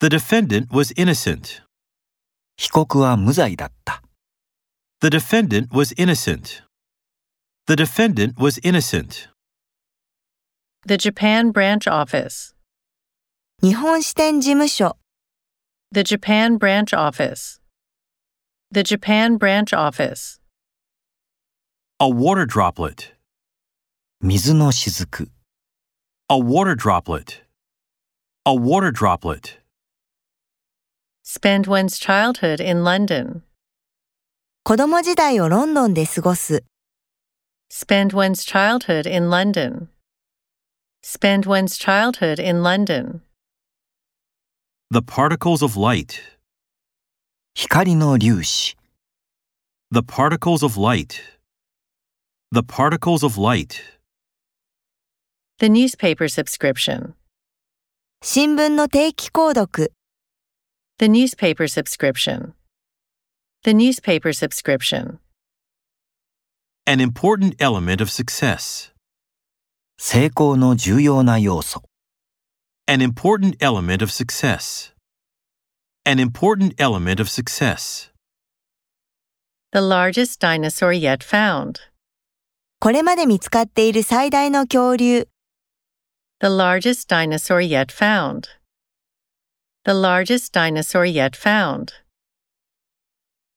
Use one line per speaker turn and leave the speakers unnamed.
The defendant was innocent.
被告は無罪だった。
The defendant was innocent. The defendant was innocent.
the Japan branch office,
日本支店事務所、
the Japan branch office, the Japan branch office,
A water droplet.
水の雫。
A water droplet. A water droplet.
spend one's childhood in London,
子供時代をロンドンで過ごす、
spend one's childhood in London, spend one's childhood in London,
The particles of light.
光の粒子。
The particles of light. The particles of light.
the newspaper subscription,
新聞の定期購読、
the newspaper subscription, the newspaper subscription,
An important element of success.
成功の重要な要素。
An important element of success. An important element of success.
the largest dinosaur yet found,
これまで見つかっている最大の恐竜、
the largest dinosaur yet found, the largest dinosaur yet found.